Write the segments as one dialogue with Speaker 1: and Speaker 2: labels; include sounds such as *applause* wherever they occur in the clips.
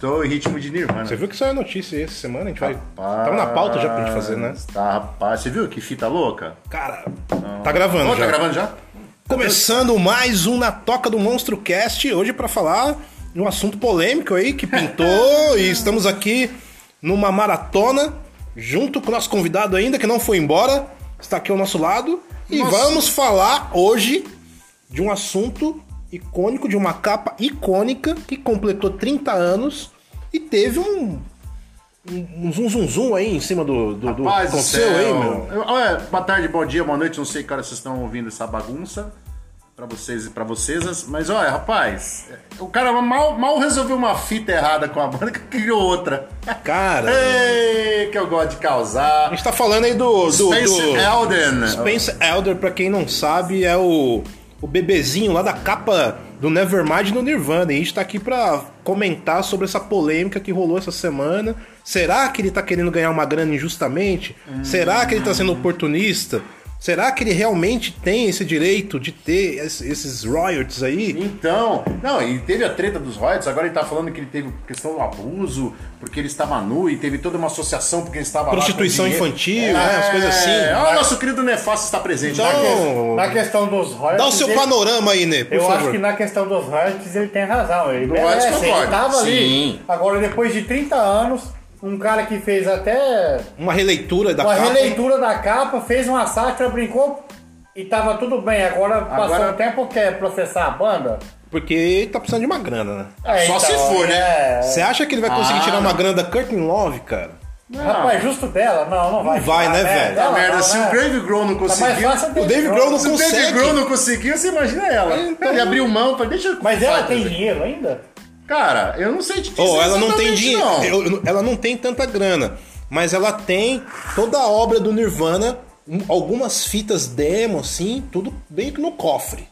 Speaker 1: Tô em ritmo de Nirvana.
Speaker 2: Você viu que saiu a notícia essa semana? A gente vai.
Speaker 1: Rapaz,
Speaker 2: Tava na pauta já pra gente fazer, né?
Speaker 1: Tá, rapaz. Você viu que fita louca?
Speaker 2: Cara, tá gravando
Speaker 1: Ó,
Speaker 2: já.
Speaker 1: tá gravando já?
Speaker 2: Começando mais um Na Toca do Monstro Cast, hoje pra falar de um assunto polêmico aí que
Speaker 1: *laughs*
Speaker 2: pintou e estamos aqui numa maratona junto com o nosso convidado ainda que não foi embora, está aqui ao nosso lado e
Speaker 1: Nossa.
Speaker 2: vamos falar hoje de um assunto icônico, de uma capa icônica que completou 30 anos e teve um um zum zum zum aí em cima do do, do que
Speaker 1: Paz do
Speaker 2: aconteceu
Speaker 1: céu.
Speaker 2: aí, meu.
Speaker 1: Eu- olha, boa tarde, bom dia, boa noite. Não sei que hora vocês estão ouvindo essa bagunça. Pra vocês e pra vocês. Mas olha, rapaz. O cara mal, mal resolveu uma fita errada com a banda que criou outra.
Speaker 2: Cara,
Speaker 1: Ei, que eu gosto de
Speaker 2: a
Speaker 1: causar.
Speaker 2: gente tá falando aí do do,
Speaker 1: Space
Speaker 2: do...
Speaker 1: Elden.
Speaker 2: Spence Elder, pra quem não sabe, é o, o bebezinho lá da capa do Nevermind do Nirvana. E a gente tá aqui pra comentar sobre essa polêmica que rolou essa semana. Será que ele tá querendo ganhar uma grana injustamente? Será que ele tá sendo oportunista? Será que ele realmente tem esse direito de ter es- esses royalties aí?
Speaker 1: Então, não, e teve a treta dos royalties, agora ele tá falando que ele teve questão do abuso, porque ele estava nu, e teve toda uma associação porque ele estava lá com
Speaker 2: Prostituição
Speaker 1: dinheiro. É,
Speaker 2: infantil, né, as coisas assim.
Speaker 1: Olha o nosso querido Nefasto está presente.
Speaker 2: Então,
Speaker 1: né?
Speaker 3: Na questão dos royalties.
Speaker 2: Dá o seu
Speaker 3: ele-
Speaker 2: panorama aí, Nê, por
Speaker 3: Eu acho
Speaker 2: favor.
Speaker 3: que na questão dos royalties ele tem razão. Ele merece,
Speaker 1: royalties
Speaker 3: ele
Speaker 1: concordo.
Speaker 3: tava ali.
Speaker 1: Sim.
Speaker 3: Agora, depois de 30 anos, um cara que fez até
Speaker 2: Uma releitura da
Speaker 3: uma
Speaker 2: capa.
Speaker 3: releitura da capa, fez uma sátira, brincou e tava tudo bem. Agora passou
Speaker 1: Agora-
Speaker 3: um tempo, quer processar a banda?
Speaker 2: Porque ele tá precisando de uma grana, né?
Speaker 3: É,
Speaker 1: Só se for, né?
Speaker 3: é.
Speaker 2: Você acha que ele vai conseguir
Speaker 1: Ah.
Speaker 2: tirar uma grana da Curtin Love, cara?
Speaker 3: Rapaz, é justo dela? Não, não vai. é,
Speaker 2: vai, né, velho?
Speaker 3: dela
Speaker 1: Ah, merda,
Speaker 3: não,
Speaker 1: se
Speaker 3: né?
Speaker 1: o Dave Grohl não
Speaker 3: Tá mais
Speaker 1: conseguiu.
Speaker 3: fácil a
Speaker 2: O Dave
Speaker 3: Grohl.
Speaker 2: Grohl não
Speaker 1: se o Dave
Speaker 2: consegue.
Speaker 1: Grohl não conseguiu, você imagina ela.
Speaker 2: Então-
Speaker 1: Ele abriu mão, falou, deixa eu.
Speaker 3: Mas ela
Speaker 1: fazer.
Speaker 3: tem dinheiro ainda?
Speaker 1: Cara, eu não sei te dizer.
Speaker 2: Oh, ela não tem
Speaker 1: é exatamente,
Speaker 2: dinheiro.
Speaker 1: não.
Speaker 2: eu- eu- ela não tem tanta grana. Mas ela tem toda a obra do Nirvana, um- algumas fitas demo, assim, tudo bem que no cofre.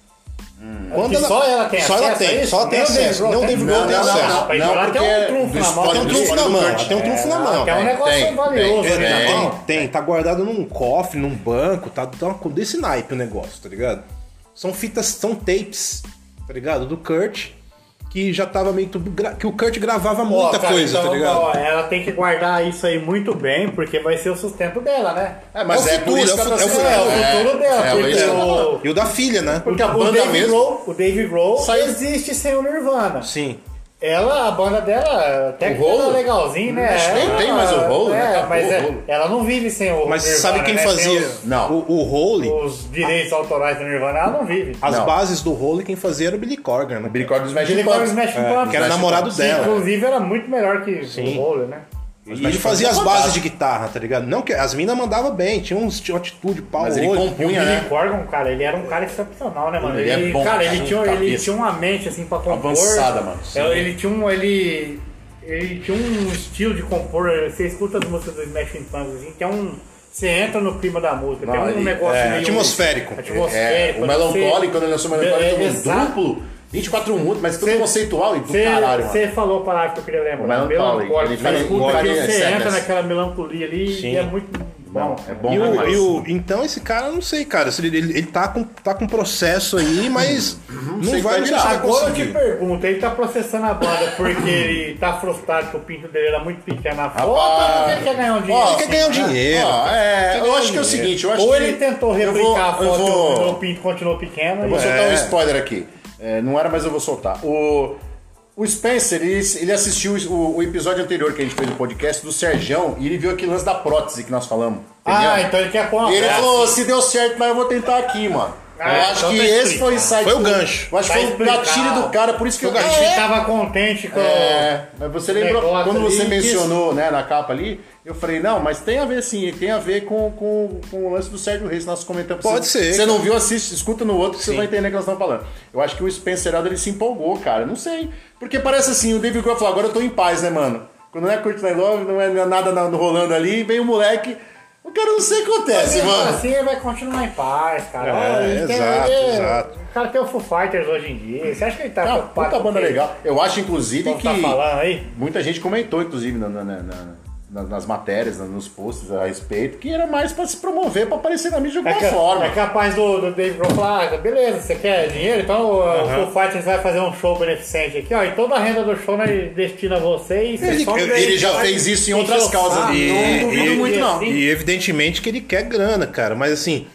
Speaker 2: Quando
Speaker 3: Hum. Que só ela tem
Speaker 2: Só
Speaker 3: acesso
Speaker 2: ela
Speaker 3: a
Speaker 2: tem,
Speaker 3: isso?
Speaker 2: só ela tem
Speaker 3: Nem o Dave
Speaker 2: acesso.
Speaker 3: Grohl
Speaker 2: Não o
Speaker 3: tem. né?
Speaker 2: Dave Grohl
Speaker 1: Não,
Speaker 2: tem
Speaker 1: não,
Speaker 2: acesso.
Speaker 1: não,
Speaker 3: Mas ela tem um trunfo
Speaker 1: do
Speaker 3: na mão,
Speaker 1: histórico-
Speaker 3: tem um
Speaker 1: do
Speaker 2: trunfo
Speaker 1: histórico
Speaker 2: na
Speaker 1: do
Speaker 2: mão,
Speaker 1: Kurt.
Speaker 2: ela tem um trunfo na mão.
Speaker 3: Que é um
Speaker 1: Tem,
Speaker 3: negócio
Speaker 1: tem,
Speaker 3: valioso,
Speaker 1: tem, tem.
Speaker 3: né? Então,
Speaker 2: Tem, tem, tá guardado num cofre, num banco, tá, tá uma- desse naipe o negócio, tá ligado? São fitas, são tapes, tá ligado? Do Kurt, que já tava meio que. gra- que o Kurt gravava muita
Speaker 3: Ó, cara,
Speaker 2: coisa,
Speaker 3: então,
Speaker 2: tá ligado?
Speaker 3: ó, ela tem que guardar isso aí muito bem, porque vai ser o sustento dela, né?
Speaker 1: É, mas
Speaker 2: É o
Speaker 1: é, por
Speaker 2: futuro,
Speaker 1: isso
Speaker 2: é o
Speaker 1: que ela tá
Speaker 2: futuro,
Speaker 1: sendo-
Speaker 2: é o
Speaker 3: futuro dela,
Speaker 1: é,
Speaker 3: porque
Speaker 1: isso que ela tá
Speaker 3: o-
Speaker 2: E o da filha, né?
Speaker 3: Porque a
Speaker 1: A
Speaker 3: banda
Speaker 1: banda
Speaker 3: o Dave
Speaker 1: mesmo.
Speaker 3: Grohl, o Dave Grohl
Speaker 1: Saiu-
Speaker 3: existe sem o Nirvana.
Speaker 2: Sim.
Speaker 3: Ela, a banda dela, até
Speaker 1: O
Speaker 3: que era
Speaker 1: Hole?
Speaker 3: legalzinho, né?
Speaker 1: Acho que
Speaker 3: Ela-
Speaker 1: tem mais o Hole, né?
Speaker 3: é,
Speaker 1: Acabou
Speaker 3: Mas
Speaker 1: o
Speaker 3: é-
Speaker 1: Hole.
Speaker 3: ela não vive sem o
Speaker 2: Mas
Speaker 3: Nirvana,
Speaker 2: sabe quem
Speaker 3: né? Tem
Speaker 2: fazia
Speaker 3: os-
Speaker 1: Não.
Speaker 2: o, o Role?
Speaker 3: Os, direitos autorais do Nirvana, ela não vive.
Speaker 2: As
Speaker 1: Não.
Speaker 2: bases do Role, quem fazia era o Billy Corgan, né?
Speaker 1: Billy Corgan do Smashing
Speaker 3: Ele foi
Speaker 1: Pumpkins.
Speaker 3: Smash
Speaker 2: É,
Speaker 3: Pumpkins.
Speaker 2: que era namorado
Speaker 3: Que,
Speaker 2: dela.
Speaker 3: Inclusive era muito melhor que o Hole, né?
Speaker 2: E ele fazia as bases de guitarra, tá ligado? Não que as minas mandavam bem, tinha uns tinha uma atitude, pau,
Speaker 1: Mas ele
Speaker 2: olho.
Speaker 3: E o
Speaker 1: compunha,
Speaker 3: Billy
Speaker 1: né?
Speaker 3: Corgan, cara, ele era um cara excepcional, né, mano?
Speaker 1: Ele é bom,
Speaker 3: cara,
Speaker 1: cara,
Speaker 3: ele
Speaker 1: um
Speaker 3: tinha, ele
Speaker 1: cabeça.
Speaker 3: tinha uma mente assim pra compor.
Speaker 1: Avançada, mano.
Speaker 3: É, Ele tinha um. Ele, ele tinha um estilo de compor. Você escuta as músicas do Smashing Pumpkins, assim, que é um. Você entra no clima da música,
Speaker 1: Não,
Speaker 3: tem um
Speaker 1: ele-
Speaker 3: negócio
Speaker 2: é,
Speaker 3: meio.
Speaker 2: atmosférico.
Speaker 3: Atmosférico.
Speaker 1: É, o melancólico, quando ele lançou o melancólico,
Speaker 3: É,
Speaker 1: é, um
Speaker 3: exato.
Speaker 1: duplo, 24 mundos, mas tudo
Speaker 3: Cê-
Speaker 1: conceitual e do caralho, mano.
Speaker 3: Você falou a palavra que eu queria lembrar.
Speaker 1: O melancólico.
Speaker 3: Melancólico.
Speaker 1: Ele
Speaker 3: Você escuta
Speaker 1: melancólico,
Speaker 3: aquilo, você
Speaker 1: é,
Speaker 3: entra
Speaker 1: é.
Speaker 3: naquela melancolia ali
Speaker 2: Sim.
Speaker 3: e é muito bom.
Speaker 1: É bom
Speaker 2: E o-
Speaker 1: demais.
Speaker 2: e o- então esse cara, eu não sei, cara. se Ele, ele, ele tá, com, tá com processo aí, mas não,
Speaker 1: Uhum. sei é
Speaker 2: vai,
Speaker 1: que tá. vai
Speaker 2: não sei
Speaker 1: virar.
Speaker 2: se vai
Speaker 3: Agora eu te
Speaker 2: conseguir.
Speaker 3: pergunto, ele tá processando a banda porque ele tá frustrado que o pinto dele era muito pequeno na foto
Speaker 1: Rapaz.
Speaker 3: ou porque ele quer ganhar um dinheiro?
Speaker 1: Ó,
Speaker 2: Ele quer ganhar o dinheiro.
Speaker 1: Ó, é, eu
Speaker 2: ganhar
Speaker 1: acho que é o
Speaker 2: dinheiro.
Speaker 1: seguinte, eu acho
Speaker 3: Ou
Speaker 1: que
Speaker 3: ele tentou
Speaker 1: eu
Speaker 3: replicar
Speaker 1: vou-
Speaker 3: a foto
Speaker 1: eu vou-
Speaker 3: e o pinto continuou pequeno.
Speaker 1: Vou
Speaker 3: e-
Speaker 1: soltar um spoiler aqui. É, não era, mas eu vou soltar. O, o Spencer, ele, ele assistiu o, o episódio anterior que a gente fez do podcast do Serjão e ele viu aquele lance da prótese que nós falamos. entendeu?
Speaker 3: Ah, então ele quer pôr uma
Speaker 1: E
Speaker 2: é
Speaker 1: ele
Speaker 3: peça.
Speaker 2: assim.
Speaker 1: falou, se deu certo, mas eu vou tentar aqui, mano.
Speaker 3: Ah,
Speaker 1: eu acho
Speaker 3: então
Speaker 1: que
Speaker 3: tá
Speaker 1: esse
Speaker 3: explicado.
Speaker 1: foi o insight.
Speaker 2: Foi o
Speaker 1: do-
Speaker 2: gancho.
Speaker 1: Eu acho que
Speaker 3: Tá
Speaker 1: foi o gatilho
Speaker 3: explicado.
Speaker 1: do cara, por isso que eu
Speaker 3: Ele
Speaker 1: gancho.
Speaker 3: tava contente
Speaker 2: Tá.
Speaker 3: com...
Speaker 1: É, mas você lembrou,
Speaker 3: Negócio
Speaker 1: quando você
Speaker 3: ali,
Speaker 1: mencionou, né, na capa ali, eu falei, não, mas tem a ver sim, tem a ver com, com, com o lance do Sérgio Reis, nós comentamos.
Speaker 2: Pode
Speaker 1: você,
Speaker 2: ser,
Speaker 1: Você
Speaker 2: cara.
Speaker 1: não viu, assiste, escuta no outro, que você
Speaker 2: Sim.
Speaker 1: vai entender o que nós estamos falando. Eu acho que o Spencer Elder, ele se empolgou, cara, não sei. Porque parece assim, o David Grohl falou, agora eu tô em paz, né, mano? Quando não é Kurt Love, não é nada na- rolando ali, vem o moleque, o cara não sei o que acontece,
Speaker 3: Mesmo
Speaker 1: mano.
Speaker 3: assim ele vai continuar em paz, cara.
Speaker 2: É,
Speaker 3: Olha, ele tem-
Speaker 2: exato,
Speaker 3: ele-
Speaker 2: exato.
Speaker 3: O cara tem o Foo Fighters hoje em dia. Você acha que ele tá
Speaker 1: Não,
Speaker 3: preocupado
Speaker 1: puta
Speaker 3: com
Speaker 1: banda
Speaker 3: o que Então
Speaker 1: legal. Eu acho, inclusive,
Speaker 3: o povo
Speaker 1: que
Speaker 3: Tá falando aí?
Speaker 1: muita gente comentou, inclusive, na, na, na- na- na- nas matérias, na- nos posts a respeito, que era mais pra se promover, pra aparecer na mídia de
Speaker 3: É,
Speaker 1: alguma
Speaker 3: ca-
Speaker 1: forma.
Speaker 3: é capaz do, do Dave Grohl falar, ah, beleza, você quer dinheiro? Então o- o Foo Fighters vai fazer um show beneficente aqui, ó, e toda a renda do show nós destina a vocês.
Speaker 2: Ele-
Speaker 1: ele já fez isso em outras causas,
Speaker 3: Não
Speaker 2: e-
Speaker 3: duvido
Speaker 2: e-
Speaker 3: muito, não.
Speaker 2: E evidentemente que ele quer grana, cara, mas assim,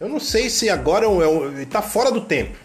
Speaker 2: eu não sei se agora é um- é um- ele tá fora do tempo.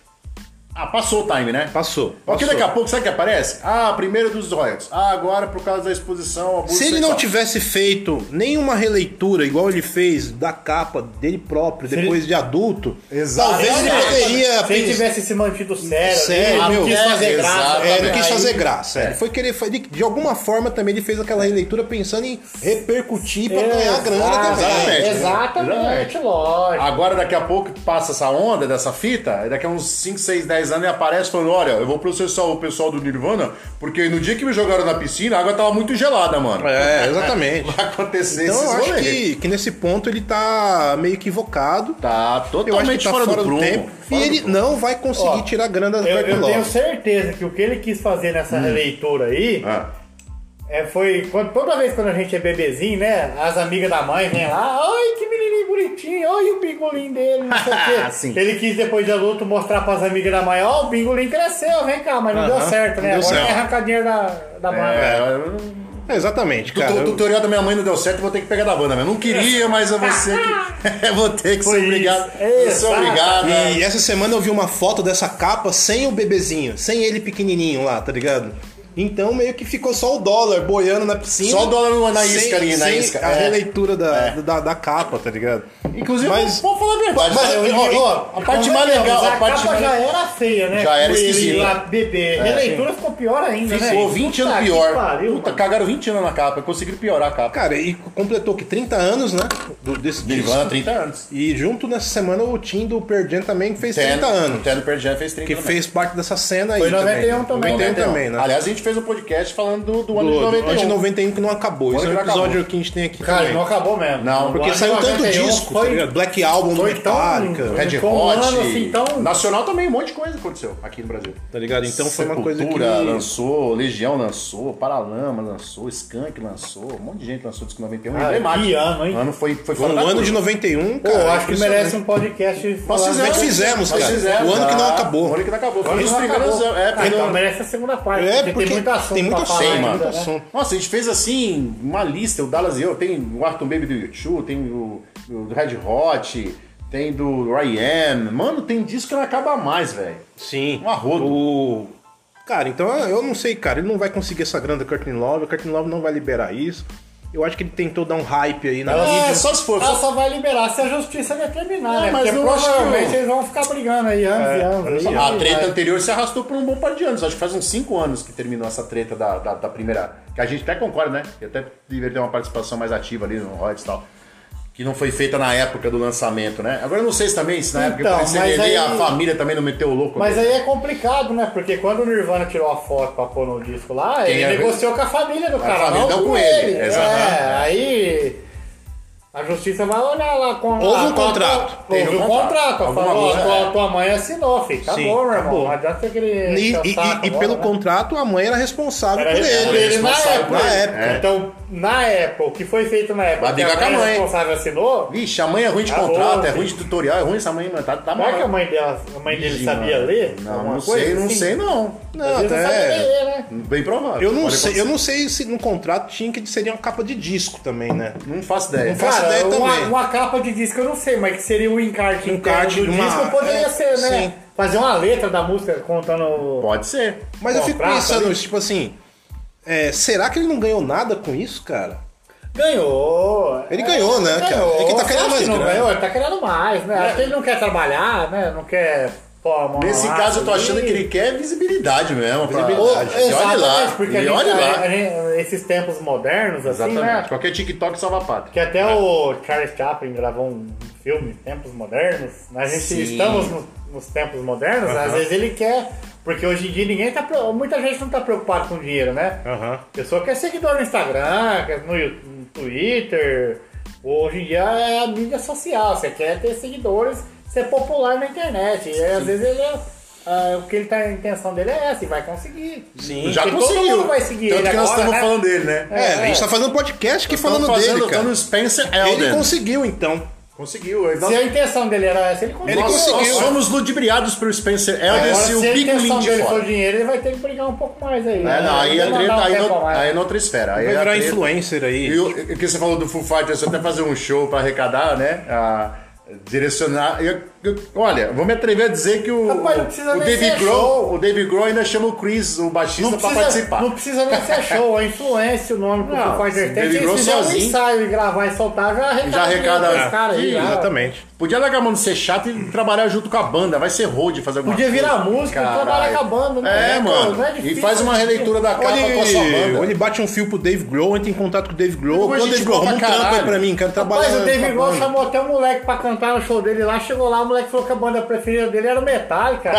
Speaker 1: Ah, passou o time, né?
Speaker 2: Passou.
Speaker 1: Porque
Speaker 2: passou.
Speaker 1: daqui a pouco, sabe o que aparece? Ah, primeiro dos royalties. Ah, agora por causa da exposição, abuso
Speaker 2: Se ele
Speaker 1: sexual.
Speaker 2: não tivesse feito nenhuma releitura igual ele fez da capa dele próprio, depois de adulto,
Speaker 1: Exato.
Speaker 2: talvez ele
Speaker 1: Exato.
Speaker 2: poderia
Speaker 3: Se ele
Speaker 2: pensar-
Speaker 3: tivesse se mantido sério,
Speaker 2: Sério,
Speaker 3: né?
Speaker 2: meu,
Speaker 3: não quis
Speaker 2: é,
Speaker 3: fazer
Speaker 1: exato,
Speaker 3: graça.
Speaker 2: É,
Speaker 1: Exatamente.
Speaker 2: ele quis
Speaker 3: aí-
Speaker 2: fazer graça.
Speaker 1: É.
Speaker 2: Ele foi querer fa- ele- de alguma forma também ele fez aquela releitura pensando em repercutir pra ganhar grana
Speaker 3: Exato,
Speaker 2: também. É,
Speaker 1: exatamente.
Speaker 3: É, Exatamente,
Speaker 1: Exatamente.
Speaker 3: lógico.
Speaker 1: Agora, daqui a pouco, passa essa onda dessa fita, e daqui a uns 5, 6, 10 anos ele aparece falando: olha, eu vou processar o pessoal do Nirvana, porque no dia que me jogaram na piscina, a água tava muito gelada, mano.
Speaker 2: É, exatamente.
Speaker 1: Vai acontecer
Speaker 2: Então eu
Speaker 1: esses
Speaker 2: acho
Speaker 1: rolês.
Speaker 2: que, que nesse ponto ele tá meio equivocado.
Speaker 1: Tá
Speaker 2: Eu acho que
Speaker 1: totalmente
Speaker 2: tá
Speaker 1: fora,
Speaker 2: fora,
Speaker 1: do,
Speaker 2: do,
Speaker 1: prumo.
Speaker 2: tempo.
Speaker 1: Fora
Speaker 2: e
Speaker 1: do
Speaker 2: ele
Speaker 1: prumo.
Speaker 2: não vai conseguir
Speaker 3: Ó,
Speaker 2: tirar grana da
Speaker 3: Eu, eu tenho
Speaker 2: Backlog.
Speaker 3: certeza que o que ele quis fazer nessa releitura aí
Speaker 1: Hum. Ah.
Speaker 3: É, foi quando- toda vez quando a gente é bebezinho, né? As amigas da mãe vêm lá, ai que menininho bonitinho, olha o bingolim dele, não
Speaker 1: *laughs*
Speaker 3: sei o quê.
Speaker 1: Ah, Sim.
Speaker 3: Ele quis depois de adulto mostrar para as amigas da mãe, ó, o bingolim cresceu, vem cá, mas não deu
Speaker 2: Aham,
Speaker 3: certo,
Speaker 2: não
Speaker 3: né?
Speaker 2: deu
Speaker 3: Agora
Speaker 2: certo.
Speaker 3: é arrancar dinheiro da, da mãe.
Speaker 1: É,
Speaker 2: É, Exatamente, cara.
Speaker 1: o tu-
Speaker 2: Eu-
Speaker 1: tutorial da minha mãe não deu certo, eu vou ter que pegar da banda mesmo. Não queria, mas eu vou ser que. *laughs* eu vou ter que
Speaker 3: Foi
Speaker 1: ser obrigado.
Speaker 3: isso.
Speaker 1: Eu sou
Speaker 3: Exato.
Speaker 1: obrigado. né?
Speaker 2: E essa semana eu vi uma foto dessa capa sem o bebezinho, sem ele pequenininho lá, tá ligado? Então meio que ficou só o dólar boiando na piscina.
Speaker 1: Só o dólar na isca
Speaker 2: sem-
Speaker 1: ali, na
Speaker 2: sem
Speaker 1: isca.
Speaker 2: A
Speaker 1: É.
Speaker 2: releitura da, da, da capa, tá ligado?
Speaker 1: Inclusive,
Speaker 2: mas-
Speaker 1: vou vou falar a verdade.
Speaker 2: Mas-
Speaker 1: né?
Speaker 2: ó, ó,
Speaker 1: a parte mais legal,
Speaker 3: Convenhamos,
Speaker 1: a
Speaker 3: então, né, a
Speaker 1: parte
Speaker 3: capa
Speaker 1: mais-
Speaker 3: já era feia, né?
Speaker 1: Já era
Speaker 3: Com ele
Speaker 1: esquisita. É,
Speaker 3: lá, bebê. Releitura ficou pior ainda, né?
Speaker 1: Ficou 20
Speaker 3: Puta
Speaker 1: anos
Speaker 3: que
Speaker 1: pior.
Speaker 3: pariu,
Speaker 1: Puta,
Speaker 3: mano.
Speaker 1: cagaram 20 anos na capa. Conseguiram piorar a capa.
Speaker 2: Cara, e completou que 30 anos, né? Do, desse
Speaker 1: Nirvana,
Speaker 2: disco.
Speaker 1: 30 anos.
Speaker 2: E junto nessa semana o Tim do Pearl Jam também fez 30
Speaker 1: O
Speaker 2: anos.
Speaker 1: Teno Pearl Jam fez 30
Speaker 2: Que
Speaker 1: também.
Speaker 2: fez parte dessa cena aí.
Speaker 3: Foi 91 também.
Speaker 2: 91 também, né?
Speaker 1: Aliás, a gente fez um podcast falando do, do ano
Speaker 2: do,
Speaker 1: de
Speaker 2: do ano de
Speaker 1: 91.
Speaker 2: 91 que não acabou. Esse é
Speaker 1: que
Speaker 2: um
Speaker 1: não
Speaker 2: episódio
Speaker 1: acabou.
Speaker 2: que a gente tem aqui
Speaker 3: Cara,
Speaker 2: também.
Speaker 3: não acabou mesmo.
Speaker 1: Não,
Speaker 3: O
Speaker 1: porque
Speaker 3: ano
Speaker 2: Porque saiu
Speaker 3: de
Speaker 2: tanto
Speaker 3: 91
Speaker 2: disco, tá
Speaker 3: foi
Speaker 2: ligado? Black Album,
Speaker 3: foi tão-
Speaker 2: Metallica, Red
Speaker 1: um. Red
Speaker 3: Foi um ano,
Speaker 1: Hot.
Speaker 3: assim, tão-
Speaker 1: Nacional também, um monte de coisa aconteceu aqui no Brasil.
Speaker 2: tá ligado? Então foi uma coisa que...
Speaker 1: Sepultura lançou, Legião lançou, Paralama lançou, Skank lançou, um monte de gente lançou disco 91.
Speaker 3: Ah,
Speaker 1: emblemático.
Speaker 3: que ano, hein?
Speaker 1: O ano foi, foi
Speaker 2: Foi
Speaker 1: fora
Speaker 2: um
Speaker 1: da
Speaker 2: ano
Speaker 1: curva.
Speaker 2: de 91,
Speaker 3: Pô,
Speaker 2: cara.
Speaker 3: acho que merece um podcast.
Speaker 1: Nós
Speaker 3: falando-
Speaker 1: fizemos, Ah,
Speaker 2: Nós fizemos, cara. O ano que não acabou.
Speaker 1: O ano que não acabou.
Speaker 3: Agora
Speaker 1: Foi os
Speaker 3: não
Speaker 1: primeiros
Speaker 3: acabou.
Speaker 1: anos. É,
Speaker 3: Ah,
Speaker 1: foi
Speaker 3: então
Speaker 1: no-
Speaker 3: merece a segunda parte.
Speaker 2: É, porque
Speaker 3: tem muito assunto.
Speaker 2: tem muito
Speaker 3: pra falar
Speaker 2: assunto,
Speaker 1: Tem,
Speaker 3: ainda,
Speaker 1: mano.
Speaker 3: né?
Speaker 2: assunto.
Speaker 1: então, é. Nossa, a gente fez assim, uma lista, o Dallas e eu, tem o Arthur Baby do YouTube, tem o, o do Red Hot, tem do Ryan. Mano, tem disco que não acaba mais, velho.
Speaker 2: Sim.
Speaker 1: Um arrodo.
Speaker 2: O... Cara, então eu não sei, cara. Ele não vai conseguir essa grana da Curtin Love. A Curtin Love não vai liberar isso. Eu acho que ele tentou dar um hype aí na mídia.
Speaker 1: É, só se for.
Speaker 3: Ela só vai liberar se a justiça determinar,
Speaker 1: Não,
Speaker 3: né?
Speaker 1: mas
Speaker 3: Porque
Speaker 1: eu acho que
Speaker 3: provavelmente
Speaker 1: eu-
Speaker 3: eles vão ficar brigando aí anos e anos. aí,
Speaker 1: A
Speaker 3: aí,
Speaker 1: treta
Speaker 3: vai.
Speaker 1: anterior se arrastou por um bom par de anos. Acho que faz uns 5 anos que terminou essa treta da, da, da primeira. Que a gente até concorda, né? Que até deveria ter uma participação mais ativa ali no Rods e tal. Que não foi feita na época do lançamento, né? Agora eu não sei se também se na época
Speaker 3: Então,
Speaker 1: que
Speaker 3: mas
Speaker 1: você aí... a
Speaker 3: aí-
Speaker 1: família também não meteu o louco.
Speaker 3: Mas
Speaker 1: nele.
Speaker 3: aí é complicado, né? Porque quando o Nirvana tirou a foto pra pôr no disco lá,
Speaker 1: Quem
Speaker 3: ele
Speaker 1: é-
Speaker 3: negociou com a família do cara,
Speaker 1: família
Speaker 3: não
Speaker 1: deu
Speaker 3: com,
Speaker 1: com ele,
Speaker 3: ele.
Speaker 1: exato.
Speaker 3: É, aí a justiça vai olhar lá com
Speaker 2: Houve
Speaker 3: lá,
Speaker 2: um
Speaker 3: com a-
Speaker 2: contrato.
Speaker 1: Teve
Speaker 3: Houve
Speaker 1: um
Speaker 3: um
Speaker 1: contrato.
Speaker 3: contrato.
Speaker 1: Alguma
Speaker 3: Falou,
Speaker 1: coisa,
Speaker 3: ó, tua,
Speaker 1: é.
Speaker 3: tua mãe assinou, filho. Acabou,
Speaker 2: Sim,
Speaker 3: meu irmão.
Speaker 2: acabou.
Speaker 3: Não adianta que ele.
Speaker 2: E, e- e- e pelo contrato, a mãe era responsável
Speaker 3: né?" Era
Speaker 2: por ele.
Speaker 3: responsável
Speaker 1: ele é
Speaker 3: na
Speaker 1: responsável
Speaker 3: época.
Speaker 2: por ele. É.
Speaker 3: Então, na época, o que foi feito na época?
Speaker 1: Vai brigar
Speaker 3: que
Speaker 1: com a mãe.
Speaker 3: responsável assinou.
Speaker 1: Vixe, a mãe é ruim de
Speaker 3: Acabou,
Speaker 1: contrato, é
Speaker 3: filho.
Speaker 1: ruim de tutorial, é ruim essa mãe, mano. Tá, tá
Speaker 3: Ah, Será
Speaker 1: mal.
Speaker 3: que a mãe, dela, a mãe dele
Speaker 1: Ih,
Speaker 3: sabia
Speaker 1: mano.
Speaker 3: ler?
Speaker 1: Não,
Speaker 3: Alguma
Speaker 1: não
Speaker 3: coisa
Speaker 1: sei, não
Speaker 3: assim?
Speaker 1: sei não.
Speaker 2: Não,
Speaker 3: Às vezes não
Speaker 2: até-
Speaker 3: sabia ler, né?
Speaker 1: Bem provável.
Speaker 2: Eu não
Speaker 1: Pode
Speaker 2: sei, eu
Speaker 1: acontecer.
Speaker 2: não sei se no contrato tinha que seria uma capa de disco também, né?
Speaker 1: Não faço ideia.
Speaker 2: Não faço ideia
Speaker 3: uma,
Speaker 2: também.
Speaker 3: uma capa de disco eu não sei, mas que seria o encarte
Speaker 2: Um
Speaker 3: inteiro
Speaker 2: encarte
Speaker 3: do
Speaker 2: de uma-
Speaker 3: disco poderia
Speaker 2: é,
Speaker 3: ser, né?
Speaker 2: sim.
Speaker 3: Fazer uma letra da música contando.
Speaker 1: Pode ser.
Speaker 2: Mas eu fico
Speaker 3: Contrato
Speaker 2: pensando,
Speaker 3: ali.
Speaker 2: tipo assim, é, será que ele não ganhou nada com isso, cara?
Speaker 3: Ganhou!
Speaker 2: Ele ganhou, né, cara?
Speaker 3: Ganhou.
Speaker 2: É que tá querendo
Speaker 3: Acho que
Speaker 2: mais
Speaker 3: não
Speaker 2: grana.
Speaker 3: ganhou, ele tá querendo mais, né? Acho que ele não quer trabalhar, né? Não quer pôr a mão assim. na
Speaker 1: Nesse
Speaker 3: massa
Speaker 1: caso, eu tô achando
Speaker 3: ali.
Speaker 1: que ele quer visibilidade mesmo. pra-
Speaker 2: Visibilidade.
Speaker 1: E olha lá.
Speaker 3: Exatamente, porque a
Speaker 1: e
Speaker 3: gente- tá-
Speaker 1: olha lá.
Speaker 3: a gente- esses tempos modernos, assim,
Speaker 1: Exatamente.
Speaker 3: né?
Speaker 1: Qualquer TikTok salva a pátria.
Speaker 3: Que até o Charles Chaplin gravou um filme, Tempos Modernos. né? A gente
Speaker 1: Sim.
Speaker 3: estamos no- nos tempos modernos, às vezes ele quer. Porque hoje em dia ninguém tá. pre- Muita gente não tá preocupada com dinheiro, né?
Speaker 2: Aham.
Speaker 3: A pessoa quer seguidor no Instagram, quer no, Yu- no Twitter. Hoje em dia é a mídia social, você quer ter seguidores, ser popular na internet. E aí, às vezes ele é. ah, o que ele tá, a intenção dele é essa, e vai conseguir.
Speaker 1: Sim, já
Speaker 3: Porque
Speaker 1: conseguiu.
Speaker 3: todo mundo vai seguir
Speaker 1: Tanto
Speaker 3: ele
Speaker 1: que nós
Speaker 3: agora,
Speaker 1: estamos
Speaker 3: né?
Speaker 1: falando dele, né?
Speaker 2: É, a gente tá fazendo podcast aqui falando
Speaker 1: Estamos fazendo
Speaker 2: dele, cara.
Speaker 1: falando Spencer
Speaker 2: Ele
Speaker 1: Elden.
Speaker 2: conseguiu, então.
Speaker 1: Conseguiu. Ele
Speaker 3: Se a intenção dele era essa, ele conseguiu. É,
Speaker 2: Ele
Speaker 1: nós, nós
Speaker 2: conseguiu.
Speaker 1: somos ludibriados pelo Spencer Elden
Speaker 3: Agora,
Speaker 1: se o
Speaker 3: se a
Speaker 1: picolinho
Speaker 3: intenção
Speaker 1: de
Speaker 3: dele
Speaker 1: fora.
Speaker 3: for dinheiro, ele vai ter que brigar um pouco mais aí.
Speaker 1: É, não, aí
Speaker 3: Ele
Speaker 1: é
Speaker 3: vai
Speaker 1: treta,
Speaker 3: mandar um
Speaker 1: aí,
Speaker 3: tempo a
Speaker 1: no,
Speaker 3: mais.
Speaker 1: aí é outra esfera. Aí
Speaker 2: Vai
Speaker 1: é
Speaker 2: virar
Speaker 1: treta.
Speaker 2: influencer aí.
Speaker 1: E o o que você falou do Full Fighters, até fazer um show pra arrecadar, né? A- direcionar. eu- eu- olha, vou me atrever a dizer que o,
Speaker 3: Rapaz, não precisa
Speaker 1: o
Speaker 3: nem
Speaker 1: David
Speaker 3: ser
Speaker 1: Grohl,
Speaker 3: show.
Speaker 1: o David Grohl ainda chama o Chris, o baixista,
Speaker 3: Não
Speaker 1: pra
Speaker 3: precisa,
Speaker 1: participar.
Speaker 3: não precisa nem ser show, a influência, o nome que o
Speaker 1: Não,
Speaker 3: Foo Fighters
Speaker 1: se
Speaker 3: tem. Se
Speaker 1: ele
Speaker 3: eles
Speaker 1: virou
Speaker 3: fizerem um
Speaker 1: sozinho.
Speaker 3: ensaio e gravar e soltar, já arrecada.
Speaker 1: Já arrecada-
Speaker 3: dinheiro pros caras aí,
Speaker 1: Ah, Sim,
Speaker 3: já.
Speaker 2: Exatamente.
Speaker 1: Podia largar a mão de ser chato e trabalhar junto com a banda, vai ser road fazer alguma
Speaker 3: Podia
Speaker 1: coisa.
Speaker 3: virar música, trabalhar com a banda, né?
Speaker 1: É,
Speaker 3: Pô,
Speaker 1: mano.
Speaker 3: não é
Speaker 1: e
Speaker 3: difícil,
Speaker 1: faz uma
Speaker 3: né?
Speaker 1: releitura da capa
Speaker 2: Olha,
Speaker 1: com a sua banda. *laughs*
Speaker 2: ele bate um fio pro Dave Grohl, entra em contato com o Dave Grohl.
Speaker 1: Como a
Speaker 2: Quando
Speaker 1: gente
Speaker 2: Dave Grohl
Speaker 1: fala
Speaker 2: arruma um
Speaker 1: pra
Speaker 2: trampo aí
Speaker 1: caralho.
Speaker 2: pra mim, quero trabalhar.
Speaker 3: Mas o David
Speaker 2: com a
Speaker 3: Grohl
Speaker 2: banda.
Speaker 3: chamou até um moleque pra cantar no show dele lá, chegou lá, o moleque falou que a banda preferida dele era
Speaker 1: *laughs*
Speaker 3: o Metallica.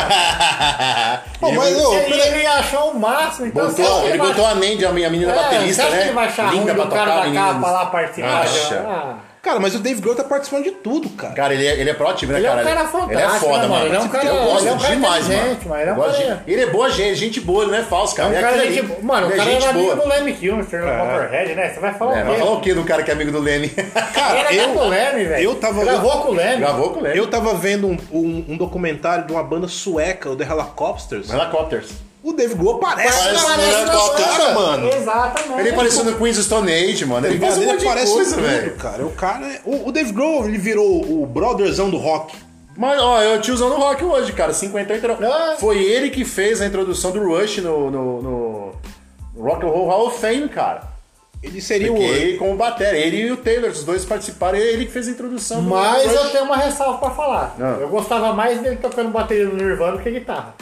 Speaker 2: Pô, mas, ô,
Speaker 3: E ele,
Speaker 2: peraí.
Speaker 3: ele achou o máximo, então
Speaker 1: Botou-
Speaker 3: será que
Speaker 1: ele
Speaker 3: vai-
Speaker 1: botou a Mandy, a minha menina
Speaker 3: É,
Speaker 1: baterista,
Speaker 3: será que
Speaker 1: né?
Speaker 3: ele vai achar
Speaker 1: Linda
Speaker 3: ruim
Speaker 1: pra
Speaker 3: do cara
Speaker 1: tocar,
Speaker 3: da
Speaker 1: menina.
Speaker 3: capa lá participar?
Speaker 1: Acha.
Speaker 3: Ah.
Speaker 2: Cara, mas o Dave Grohl tá participando de tudo, cara.
Speaker 1: Cara, ele é, ele é proativo, né,
Speaker 3: Ele é um
Speaker 1: cara?
Speaker 3: cara fantástico,
Speaker 1: Ele é foda,
Speaker 3: né,
Speaker 1: mano.
Speaker 3: mano? Ele é um cara-
Speaker 1: eu
Speaker 3: ele
Speaker 1: gosto
Speaker 3: é um cara
Speaker 1: demais, mano.
Speaker 3: inteligente, mano. Ele é um
Speaker 1: Eu gosto de-
Speaker 3: cara-
Speaker 1: ele é boa gente, gente boa, ele não é falso, cara.
Speaker 3: É um
Speaker 1: Ele
Speaker 3: cara
Speaker 1: aquele-
Speaker 3: gente, mano, o
Speaker 1: ele é
Speaker 3: cara
Speaker 1: gente
Speaker 3: era
Speaker 1: boa.
Speaker 3: amigo do Lemmy Kilmister, do Copperhead, né? Você vai falar
Speaker 1: É,
Speaker 3: o
Speaker 1: mas
Speaker 3: quê?
Speaker 1: falar o que do cara que é amigo do
Speaker 3: *laughs*
Speaker 1: Leme?
Speaker 2: Cara,
Speaker 3: Ele era com o
Speaker 2: eu,
Speaker 3: Leme, velho.
Speaker 2: eu tava-
Speaker 3: Gravou com o Leme.
Speaker 1: Gravou com o Leme.
Speaker 2: eu tava vendo um, um- um documentário de uma banda sueca, o The Helicopters.
Speaker 1: Helicopters.
Speaker 2: O Dave Grohl parece,
Speaker 1: Parece
Speaker 2: na-
Speaker 1: um
Speaker 2: na- na-
Speaker 1: helicóptero,
Speaker 2: cara,
Speaker 1: cara.
Speaker 2: mano.
Speaker 3: Exatamente.
Speaker 1: Ele é pareceu no Queen's Stone Age, mano. Ele faz um monte de coisa,
Speaker 2: tudo,
Speaker 1: velho.
Speaker 2: cara. O cara, é- o, o Dave Grohl, ele virou o brotherzão do rock.
Speaker 1: Mas, ó, é eu te usando rock hoje, cara. 50 entrou.
Speaker 3: Ah.
Speaker 1: Foi ele que fez a introdução do Rush no, no, no Rock and Roll Hall of Fame, cara.
Speaker 2: Ele seria
Speaker 1: Porque
Speaker 2: o
Speaker 1: ele com o Batera, ele e o Taylor, os dois participaram, ele que fez a introdução do
Speaker 3: Mas
Speaker 1: Rush.
Speaker 3: eu tenho uma ressalva pra falar.
Speaker 1: Ah.
Speaker 3: Eu gostava mais dele tocando bateria no Nirvana do que guitarra.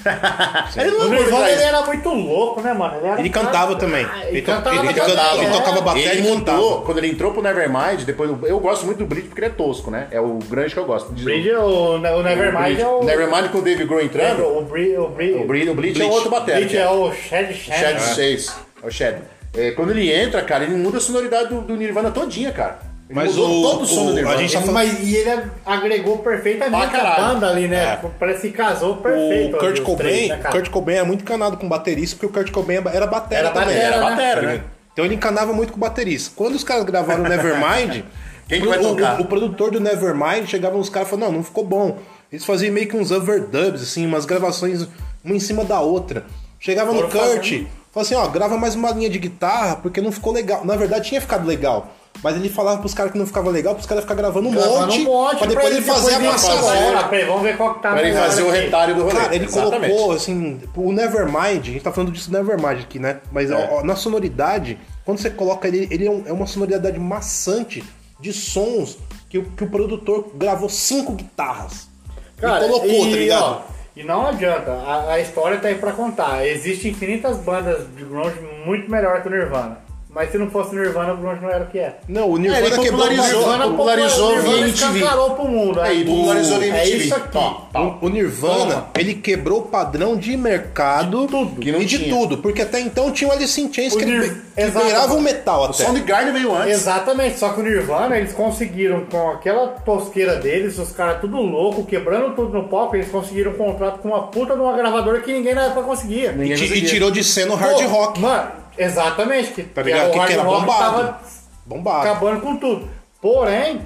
Speaker 1: Ele não
Speaker 3: O
Speaker 1: é
Speaker 3: Nirvana
Speaker 1: guitarrista.
Speaker 3: ele era muito louco, né, mano? Ele, era
Speaker 2: Ele
Speaker 3: um cara-
Speaker 2: cantava também.
Speaker 3: Ah,
Speaker 2: Ele
Speaker 3: Ele
Speaker 2: to-
Speaker 3: cantava,
Speaker 2: ele
Speaker 3: também.
Speaker 2: cantava, ele
Speaker 3: É.
Speaker 2: tocava ba- bateria
Speaker 1: Ele
Speaker 2: e
Speaker 1: mudou,
Speaker 2: cantava.
Speaker 1: quando ele entrou pro Nevermind, depois eu gosto muito do Bridge porque ele é tosco, né? É o grande que eu gosto. Diz-
Speaker 3: Bridge, o, o Nevermind é o...
Speaker 1: Nevermind com o David Grohl
Speaker 3: é,
Speaker 1: entrando,
Speaker 3: O Bridge... O Bridge,
Speaker 1: o Bridge, o Bridge é o
Speaker 2: Bleach.
Speaker 1: outro batera.
Speaker 3: Bridge
Speaker 1: que
Speaker 3: é o Shed Shed.
Speaker 1: Shed 6, é o Shed. É, quando ele entra, cara, ele muda a sonoridade do, do Nirvana todinha, cara. Ele
Speaker 2: Mas
Speaker 1: mudou
Speaker 2: o-
Speaker 1: todo o som
Speaker 2: o-
Speaker 1: do Nirvana.
Speaker 2: a gente tá
Speaker 3: Ele- mas, e ele agregou perfeitamente
Speaker 1: Pra
Speaker 3: a
Speaker 1: caralho.
Speaker 3: banda ali, né? Parece que casou perfeito.
Speaker 2: O
Speaker 3: ali,
Speaker 2: Kurt
Speaker 3: os três,
Speaker 2: Cobain,
Speaker 3: né, cara?
Speaker 2: Kurt Cobain era muito encanado com baterista, porque o Kurt Cobain era batera
Speaker 3: Era
Speaker 2: também.
Speaker 3: batera,
Speaker 1: Era
Speaker 3: né?
Speaker 1: batera,
Speaker 2: Tá
Speaker 1: né?
Speaker 2: ligado? Então ele encanava muito com baterista. Quando os caras gravaram o
Speaker 3: *laughs*
Speaker 2: Nevermind,
Speaker 1: Quem que
Speaker 2: o,
Speaker 1: vai
Speaker 2: o-
Speaker 1: tocar?
Speaker 2: o produtor do Nevermind chegava nos caras e falava, não, não ficou bom. Eles faziam meio que uns overdubs, assim, umas gravações uma em cima da outra. Chegava no
Speaker 3: Foram
Speaker 2: Kurt,
Speaker 3: fazendo.
Speaker 2: falava assim, ó, grava mais uma linha de guitarra, porque não ficou legal. Na verdade tinha ficado legal. Mas ele falava pros caras que não ficava legal, pros caras ficarem gravando um
Speaker 3: Gravando
Speaker 2: monte,
Speaker 3: um monte
Speaker 2: pra depois ele fazer a
Speaker 3: vir
Speaker 2: massa
Speaker 3: fazer.
Speaker 2: agora.
Speaker 3: Ah, peraí, Vamos ver qual que tá
Speaker 1: Pra ele
Speaker 3: melhor
Speaker 1: fazer o
Speaker 3: aqui.
Speaker 1: retalho do rolê.
Speaker 2: Ah, Cara, ele
Speaker 1: Exatamente.
Speaker 2: colocou, assim, o Nevermind, a gente tá falando disso do Nevermind aqui, né? Mas
Speaker 1: É.
Speaker 2: ó, ó, na sonoridade, quando você coloca ele, ele é, um- é uma sonoridade maçante de sons que, o- que o produtor gravou cinco guitarras.
Speaker 3: Cara,
Speaker 2: e colocou, tá ligado?
Speaker 3: ó, e não adianta, a, a história tá aí pra contar. Existem infinitas bandas de grunge muito melhor que o Nirvana. Mas se não fosse o Nirvana, o grunge não era o que é.
Speaker 2: Não, o
Speaker 1: É, ele
Speaker 2: Nirvana quebrou
Speaker 3: O
Speaker 1: popularizou.
Speaker 2: uma-
Speaker 3: Nirvana
Speaker 1: popularizou
Speaker 3: o Nirvana
Speaker 1: via MTV.
Speaker 3: escancarou pro mundo. né?
Speaker 1: Aí, popularizou via
Speaker 3: É
Speaker 1: MTV.
Speaker 3: isso aqui.
Speaker 1: Tom, tom.
Speaker 2: O Nirvana,
Speaker 3: Toma.
Speaker 2: ele quebrou o padrão de mercado
Speaker 1: Que não
Speaker 2: e de
Speaker 1: tinha.
Speaker 2: tudo, porque até então tinha o Alice in Chains
Speaker 3: O
Speaker 2: que, ele
Speaker 3: Nir-
Speaker 2: que
Speaker 3: Exato.
Speaker 2: beirava o metal
Speaker 1: O
Speaker 2: até.
Speaker 1: Soundgarden veio antes.
Speaker 3: Exatamente, só que o Nirvana eles conseguiram com aquela tosqueira deles, os caras tudo louco, quebrando tudo no palco, eles conseguiram um contrato com uma puta de uma gravadora que ninguém na época conseguia.
Speaker 2: E,
Speaker 1: Ninguém
Speaker 2: ti- e
Speaker 1: conseguia.
Speaker 2: tirou de cena o hard
Speaker 3: Pô,
Speaker 2: rock,
Speaker 3: Mano, exatamente. Que,
Speaker 2: tá ligado?
Speaker 3: o
Speaker 2: Que,
Speaker 3: hard
Speaker 2: era
Speaker 3: rock
Speaker 2: bombado.
Speaker 3: tava
Speaker 2: Bombado.
Speaker 3: acabando com tudo. Porém,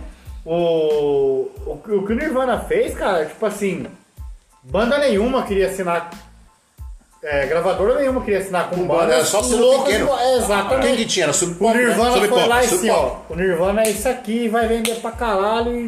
Speaker 3: o, o, o que o Nirvana fez, cara, tipo assim, banda nenhuma queria assinar. é, gravadora nenhuma queria assinar com
Speaker 1: Mano,
Speaker 3: banda.
Speaker 1: era só selo
Speaker 3: loucos,
Speaker 1: pequeno.
Speaker 3: é, Exatamente.
Speaker 1: Quem que tinha? Era Sub
Speaker 3: O
Speaker 1: Pop, né?
Speaker 3: Nirvana
Speaker 1: Sub
Speaker 3: foi
Speaker 1: Pop,
Speaker 3: lá e
Speaker 1: Sub
Speaker 3: assim,
Speaker 1: Pop.
Speaker 3: ó. O Nirvana é isso aqui, vai vender pra caralho.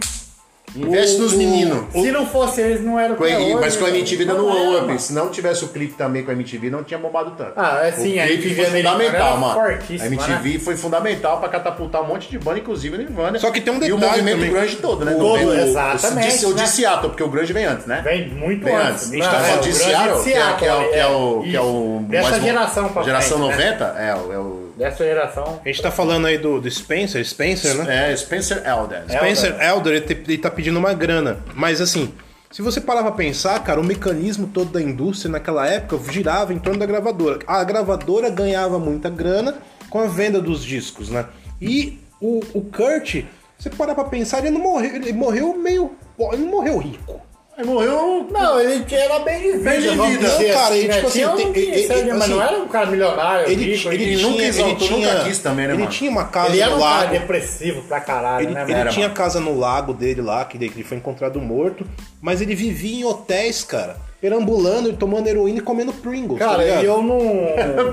Speaker 3: E
Speaker 1: Investe nos meninos.
Speaker 3: se não fosse eles, não era o que
Speaker 1: Com a-
Speaker 3: é hoje,
Speaker 1: mas com a MTV
Speaker 3: né?
Speaker 1: dando
Speaker 3: Não
Speaker 1: um
Speaker 3: era,
Speaker 1: up.
Speaker 3: mano.
Speaker 1: Se não tivesse o clipe também com a MTV, não tinha bombado tanto.
Speaker 3: Ah, é sim,
Speaker 1: o
Speaker 3: a
Speaker 1: clipe
Speaker 3: MTV
Speaker 1: foi
Speaker 3: americana
Speaker 1: fundamental,
Speaker 3: era
Speaker 1: mano.
Speaker 3: fortíssima, né?
Speaker 1: A MTV foi fundamental pra catapultar um monte de banda, inclusive o Nirvana.
Speaker 2: Só que tem um
Speaker 1: E o
Speaker 2: detalhe
Speaker 1: movimento
Speaker 2: também.
Speaker 1: grunge todo, né?
Speaker 3: Todo,
Speaker 1: Noventa- o-
Speaker 3: exatamente,
Speaker 1: O, de, o de
Speaker 3: né?
Speaker 1: Seattle, porque o grunge vem antes, né?
Speaker 3: Vem muito
Speaker 1: Vem
Speaker 3: antes. é
Speaker 1: antes. A gente tá falando de
Speaker 3: grande
Speaker 1: Seattle, que é- que é o- que é o...
Speaker 3: Isso.
Speaker 1: que é o
Speaker 3: Dessa
Speaker 1: mais mo-
Speaker 3: geração pra
Speaker 1: Geração
Speaker 3: frente, né?
Speaker 1: 90? É, o- é o...
Speaker 3: Dessa geração.
Speaker 2: A gente tá falando aí do, do Spencer, Spencer, né?
Speaker 1: É, Spencer Elden.
Speaker 2: Spencer Tipo, Elder, ele, te- ele tá pedindo uma grana. Mas assim, se você parar pra pensar, cara, o mecanismo todo da indústria naquela época girava em torno da gravadora. A gravadora ganhava muita grana com a venda dos discos, né? E o, o Kurt, se você parar pra pensar, ele não morreu. Ele morreu meio. po- Ele não morreu rico.
Speaker 1: Aí morreu.
Speaker 3: Não, ele era bem de vida.
Speaker 1: Bem de
Speaker 3: vamos
Speaker 1: vida.
Speaker 3: dizer
Speaker 2: Não, cara, ele,
Speaker 3: né?
Speaker 2: tipo assim,
Speaker 3: Tinha um
Speaker 2: tem-
Speaker 3: que-
Speaker 2: ele-
Speaker 3: sei
Speaker 2: ele-
Speaker 3: lá, mas não
Speaker 2: assim,
Speaker 3: era um cara milionário,
Speaker 2: Ele,
Speaker 3: rico,
Speaker 2: ele,
Speaker 1: ele
Speaker 2: tinha,
Speaker 1: nunca exaltou,
Speaker 2: ele
Speaker 1: nunca
Speaker 2: tinha-
Speaker 1: quis também, né,
Speaker 2: Ele
Speaker 1: mano?
Speaker 2: tinha uma casa
Speaker 3: ele era
Speaker 2: no
Speaker 3: um cara
Speaker 2: lago.
Speaker 3: depressivo pra caralho,
Speaker 2: Ele,
Speaker 3: né,
Speaker 2: ele
Speaker 3: mano?
Speaker 1: Era,
Speaker 2: tinha casa no lago dele lá, que ele que ele foi encontrado morto, mas ele vivia em hotéis, cara, perambulando, tomando heroína e comendo Pringles. tá
Speaker 3: Cara,
Speaker 2: ligado?
Speaker 3: e eu não.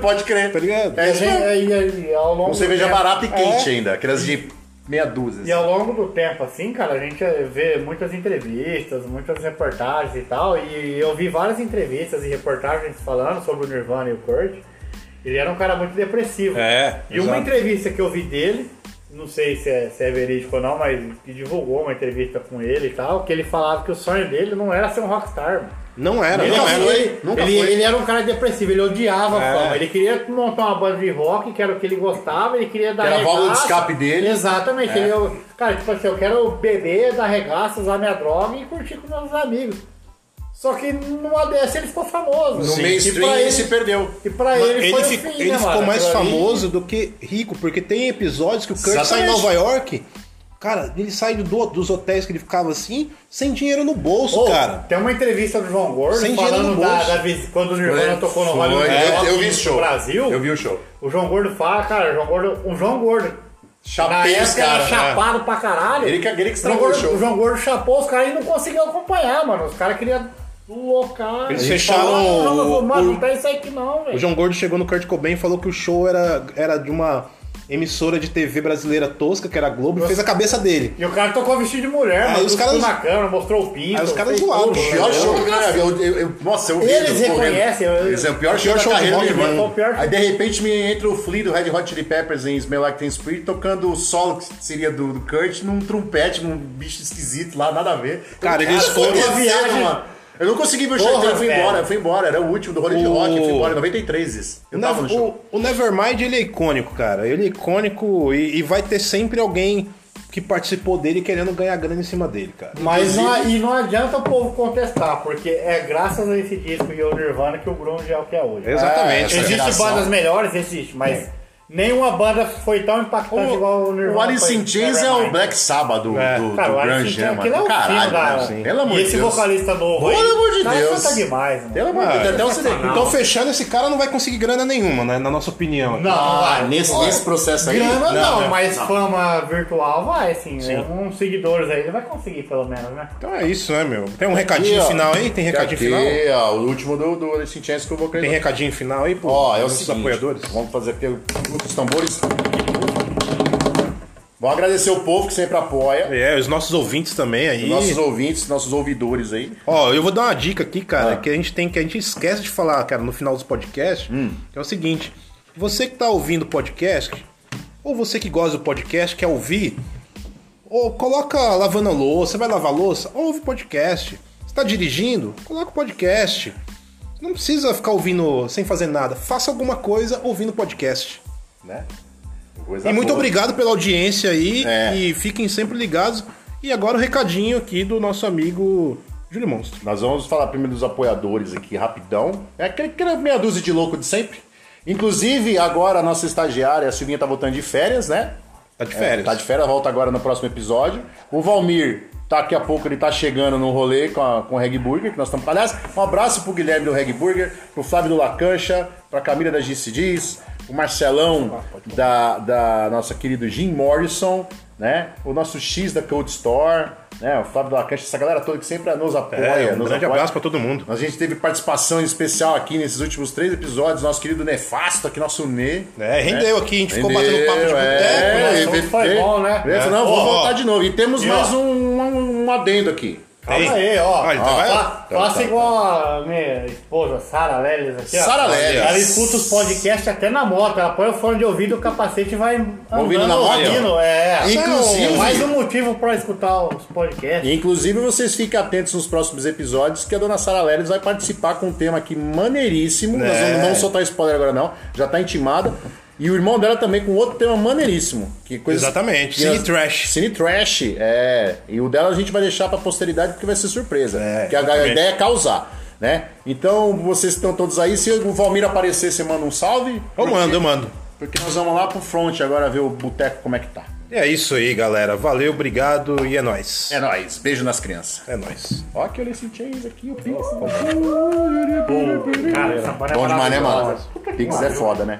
Speaker 1: *laughs* Pode crer.
Speaker 2: Tá ligado?
Speaker 1: *laughs* É
Speaker 3: E a
Speaker 1: isso
Speaker 3: gente-
Speaker 1: mesmo.
Speaker 3: e- e- e ao longo
Speaker 1: Com
Speaker 3: do
Speaker 1: cerveja
Speaker 3: tempo-
Speaker 1: barata e
Speaker 3: É.
Speaker 1: quente ainda. Aquelas de meia dúzia.
Speaker 3: E é ao longo do tempo, assim, cara, a gente vê muitas entrevistas, muitas reportagens e tal, e eu vi várias entrevistas e reportagens falando sobre o Nirvana e o Kurt. Ele era um cara muito depressivo.
Speaker 2: É,
Speaker 3: E uma
Speaker 2: exato.
Speaker 3: entrevista que eu vi dele, não sei se é, se é verídico ou não, mas que divulgou uma entrevista com ele e tal, que ele falava que o sonho dele não era ser um rockstar, mano.
Speaker 2: Não era,
Speaker 3: Ele,
Speaker 2: não
Speaker 1: nunca
Speaker 2: era.
Speaker 1: foi.
Speaker 3: ele,
Speaker 1: nunca
Speaker 3: ele-
Speaker 1: foi.
Speaker 3: ele era um cara depressivo, ele odiava
Speaker 2: É.
Speaker 3: a fama. Ele queria montar uma banda de rock, que era o que ele gostava, ele queria dar
Speaker 1: Que era a válvula de
Speaker 3: regaça.
Speaker 1: escape dele. É.
Speaker 3: Exatamente. Ele, eu- cara, tipo assim, eu quero beber, dar regaça, usar minha droga e curtir com meus amigos. Só que numa dessa ele ficou famoso.
Speaker 1: No
Speaker 3: Sim. e
Speaker 1: mainstream
Speaker 3: pra
Speaker 1: ele
Speaker 3: ele,
Speaker 1: se perdeu.
Speaker 3: e pra
Speaker 2: Mas
Speaker 3: ele,
Speaker 2: Ele,
Speaker 3: foi o
Speaker 2: ficou-
Speaker 3: fim,
Speaker 2: ele
Speaker 3: né,
Speaker 2: ficou
Speaker 3: mano?
Speaker 2: mais
Speaker 3: Aquilo ali-
Speaker 2: famoso do que rico, porque tem episódios que o Kurt sai em
Speaker 1: Exatamente.
Speaker 2: Nova York. Cara, ele sai do- dos hotéis que ele ficava assim, sem dinheiro no bolso,
Speaker 3: Ô,
Speaker 2: cara.
Speaker 3: Tem uma entrevista do João Gordo
Speaker 2: Sem dinheiro
Speaker 3: falando
Speaker 2: no
Speaker 3: da,
Speaker 2: bolso.
Speaker 3: da vez- quando o Nirvana tocou
Speaker 1: Né?
Speaker 3: no
Speaker 1: Foi. É,
Speaker 3: Hollywood
Speaker 1: Eu-
Speaker 3: Rock
Speaker 1: eu vi
Speaker 3: no
Speaker 1: o show.
Speaker 3: Brasil.
Speaker 1: Eu vi o show.
Speaker 3: O João Gordo fala, cara, o João Gordo, o João Gordo. Na
Speaker 1: Chapei os
Speaker 3: época era
Speaker 1: caras. né?
Speaker 3: chapado pra caralho.
Speaker 1: Ele que- ele que
Speaker 3: o, João
Speaker 1: estragou o
Speaker 3: Gordo,
Speaker 1: show.
Speaker 3: o João Gordo chapou os caras e não conseguiu acompanhar, mano. Os caras queriam locar.
Speaker 2: Eles fecharam
Speaker 3: Não, não,
Speaker 2: o-
Speaker 3: mano,
Speaker 2: o-
Speaker 3: não tá isso aí que não,
Speaker 2: O
Speaker 3: velho.
Speaker 2: João Gordo chegou no Kurt Cobain e falou que o show era, era de uma emissora de TV brasileira tosca, que era a Globo, e fez a cabeça dele.
Speaker 3: E o cara tocou vestido de mulher,
Speaker 2: Aí
Speaker 3: mano.
Speaker 2: os caras-
Speaker 3: cuspiu na câmera, mostrou o pinto.
Speaker 2: Aí os caras
Speaker 3: fez
Speaker 2: zoaram,
Speaker 3: tudo,
Speaker 2: o
Speaker 3: né?
Speaker 1: Pior show que eu já vi. Eu- eu- eu- Nossa, eu vi.
Speaker 3: Eles
Speaker 1: eu tô vendo.
Speaker 3: reconhecem, eu-
Speaker 1: Esse é o pior show
Speaker 2: pior
Speaker 1: da
Speaker 2: show do
Speaker 1: carreira
Speaker 2: rock
Speaker 1: do
Speaker 2: and roll.
Speaker 1: Nirvana.
Speaker 3: né? Foi o pior
Speaker 1: Aí de repente me entra o Flea do Red Hot Chili Peppers em Smell Like Teen Spirit tocando o solo que seria do, do Kurt num trompete, num bicho esquisito lá, nada a ver.
Speaker 2: Cara,
Speaker 1: Eu-
Speaker 2: eles foram-
Speaker 1: acontecendo,
Speaker 3: uma viagem-
Speaker 1: mano. Eu não consegui ver o show,
Speaker 3: Porra,
Speaker 1: inteiro, eu fui
Speaker 3: velho.
Speaker 1: embora, eu fui embora. Era o último do Rolê de
Speaker 2: O-
Speaker 1: Rock, eu fui embora em 93 esse. Eu tava no
Speaker 2: Nev-
Speaker 1: show.
Speaker 2: o, o Nevermind, ele é icônico, cara. Ele é icônico e, e vai ter sempre alguém que participou dele querendo ganhar grana em cima dele, cara.
Speaker 3: Mas não,
Speaker 1: Inclusive-
Speaker 3: e não adianta o povo contestar, porque é graças a esse disco e ao Nirvana que o Grunge é o que é hoje.
Speaker 2: Exatamente.
Speaker 1: É,
Speaker 2: cara.
Speaker 1: essa
Speaker 3: Existem
Speaker 1: geração.
Speaker 3: bandas melhores, existe, mas nenhuma banda foi tão impactante igual o
Speaker 1: O,
Speaker 3: Nirvana.
Speaker 1: o Alice
Speaker 3: foi-
Speaker 1: in Chains é o
Speaker 3: Nevermind.
Speaker 1: Black Sabbath do,
Speaker 2: É.
Speaker 1: do,
Speaker 3: Cara,
Speaker 1: do
Speaker 3: o Alice in
Speaker 1: grunge, né,
Speaker 3: Chains, aquele é
Speaker 1: mano?
Speaker 3: o
Speaker 1: Caralho,
Speaker 3: filho da...
Speaker 1: mano. Pelo amor
Speaker 3: E
Speaker 1: de
Speaker 3: esse
Speaker 1: Deus.
Speaker 2: é
Speaker 3: vocalista novo aí,
Speaker 1: Pelo amor de
Speaker 3: tá
Speaker 1: Deus.
Speaker 3: canta demais, mano.
Speaker 1: Pelo amor de
Speaker 2: Ah,
Speaker 1: Deus. Tem até o CD.
Speaker 3: sensacional.
Speaker 2: Então, fechando, esse cara não vai conseguir grana nenhuma, né, na nossa opinião.
Speaker 3: Não,
Speaker 1: Ah,
Speaker 3: vai.
Speaker 1: nesse,
Speaker 3: Olha,
Speaker 1: nesse processo aí.
Speaker 3: Grana não,
Speaker 1: né?
Speaker 3: mas
Speaker 1: Não.
Speaker 3: fama virtual vai, assim. né? Uns seguidores aí ele vai conseguir, pelo menos, né?
Speaker 2: Então é isso, né, meu? Tem um recadinho
Speaker 1: Aqui, ó.
Speaker 2: final aí? Tem recadinho final?
Speaker 1: Aqui, ó, o último do, do Alice in Chains que eu vou
Speaker 2: Tem
Speaker 1: querer.
Speaker 2: recadinho final aí pros
Speaker 1: Ó, é o
Speaker 2: nossos
Speaker 1: seguinte,
Speaker 2: apoiadores?
Speaker 1: Vamos fazer aqui os tambores. Vou agradecer o povo que sempre apoia.
Speaker 2: É, os nossos ouvintes também aí.
Speaker 1: Nossos ouvintes, nossos ouvidores aí.
Speaker 2: Ó, eu vou dar uma dica aqui, cara,
Speaker 1: Ah.
Speaker 2: que a gente tem que a gente esquece de falar, cara, no final dos podcasts,
Speaker 1: Hum.
Speaker 2: que é o seguinte: você que tá ouvindo o podcast, ou você que gosta do podcast, quer ouvir, ou coloca lavando a louça, você vai lavar a louça, ouve podcast. Você tá dirigindo? Coloca o podcast. Não precisa ficar ouvindo sem fazer nada. Faça alguma coisa ouvindo podcast.
Speaker 1: Né?
Speaker 2: E muito obrigado pela audiência aí.
Speaker 1: É.
Speaker 2: E fiquem sempre ligados. E agora o recadinho aqui do nosso amigo Júlio Monstro.
Speaker 1: Nós vamos falar primeiro dos apoiadores aqui, rapidão. É aquele- aquela meia dúzia de louco de sempre. Inclusive, agora a nossa estagiária, a Silvinha, tá voltando de férias, né?
Speaker 2: Tá de
Speaker 1: É,
Speaker 2: férias.
Speaker 1: tá de férias, volta agora no próximo episódio. O Valmir, daqui a pouco ele tá chegando no rolê com, a, com o Reg Burger, que nós estamos. Aliás, um abraço pro Guilherme do Reg Burger, pro Flávio do Lacancha, pra Camila da GCDs, o
Speaker 2: Ah,
Speaker 1: Marcelão da, da nossa querido Jim Morrison, né? O nosso X da Cold Store, né? O Flávio do Lacancha, essa galera toda que sempre nos apoia.
Speaker 2: É, um
Speaker 1: nos
Speaker 2: grande
Speaker 1: apoia.
Speaker 2: abraço pra todo mundo.
Speaker 1: A gente teve participação especial aqui nesses últimos três episódios, nosso querido Nefasto aqui, nosso Nê.
Speaker 2: É, rendeu aqui, a gente ficou batendo papo de
Speaker 3: boteco, né?
Speaker 1: é,
Speaker 3: O assunto
Speaker 1: foi
Speaker 3: foi bom, né?
Speaker 1: É. Não,
Speaker 3: É.
Speaker 1: vou
Speaker 2: Ó,
Speaker 1: voltar
Speaker 2: ó.
Speaker 1: de novo. E temos
Speaker 3: E,
Speaker 1: mais
Speaker 3: ó.
Speaker 1: um, um, um adendo aqui.
Speaker 3: Calma
Speaker 2: Tem.
Speaker 3: aí, ó.
Speaker 2: Olha, tá,
Speaker 3: Ó,
Speaker 2: vai lá.
Speaker 3: fa- então Faça
Speaker 1: Tá, tá,
Speaker 3: igual a minha esposa, Sara Leles aqui, ó.
Speaker 1: Sara Leles.
Speaker 3: Ela escuta os podcasts até na moto. Ela põe o fone de ouvido, o capacete e vai andando,
Speaker 1: Ouvindo na moto?
Speaker 3: ouvindo. É.
Speaker 1: Isso é um- Inclusive-
Speaker 3: Mais um motivo pra escutar os podcasts.
Speaker 1: Inclusive, vocês fiquem atentos nos próximos episódios que a dona Sara Leles vai participar com um tema aqui maneiríssimo. Nós
Speaker 2: É.
Speaker 1: não vamos soltar spoiler agora, não. Já tá intimada. E o irmão dela também com outro tema maneiríssimo. Que coisa...
Speaker 2: Exatamente,
Speaker 1: que
Speaker 2: Cine
Speaker 1: as-
Speaker 2: Trash.
Speaker 1: Cine Trash, é. E o dela a gente vai deixar pra posteridade porque vai ser surpresa.
Speaker 2: É,
Speaker 1: que a, a
Speaker 2: exatamente.
Speaker 1: ideia é causar, né? Então, vocês estão todos aí. Se o Valmir aparecer, você manda um salve.
Speaker 2: Eu
Speaker 1: Porque-
Speaker 2: mando, eu mando.
Speaker 1: Porque nós vamos lá pro front agora ver o boteco como é que tá.
Speaker 2: E é isso aí, galera. Valeu, obrigado e é nóis.
Speaker 1: É nóis. Beijo nas crianças.
Speaker 2: É nóis.
Speaker 1: Ó, que eu esse Chains aqui, o Pix.
Speaker 3: Cara, essa banda é
Speaker 1: tá Bom demais, né,
Speaker 3: maravilhosa.
Speaker 1: mano? Pix é foda, né?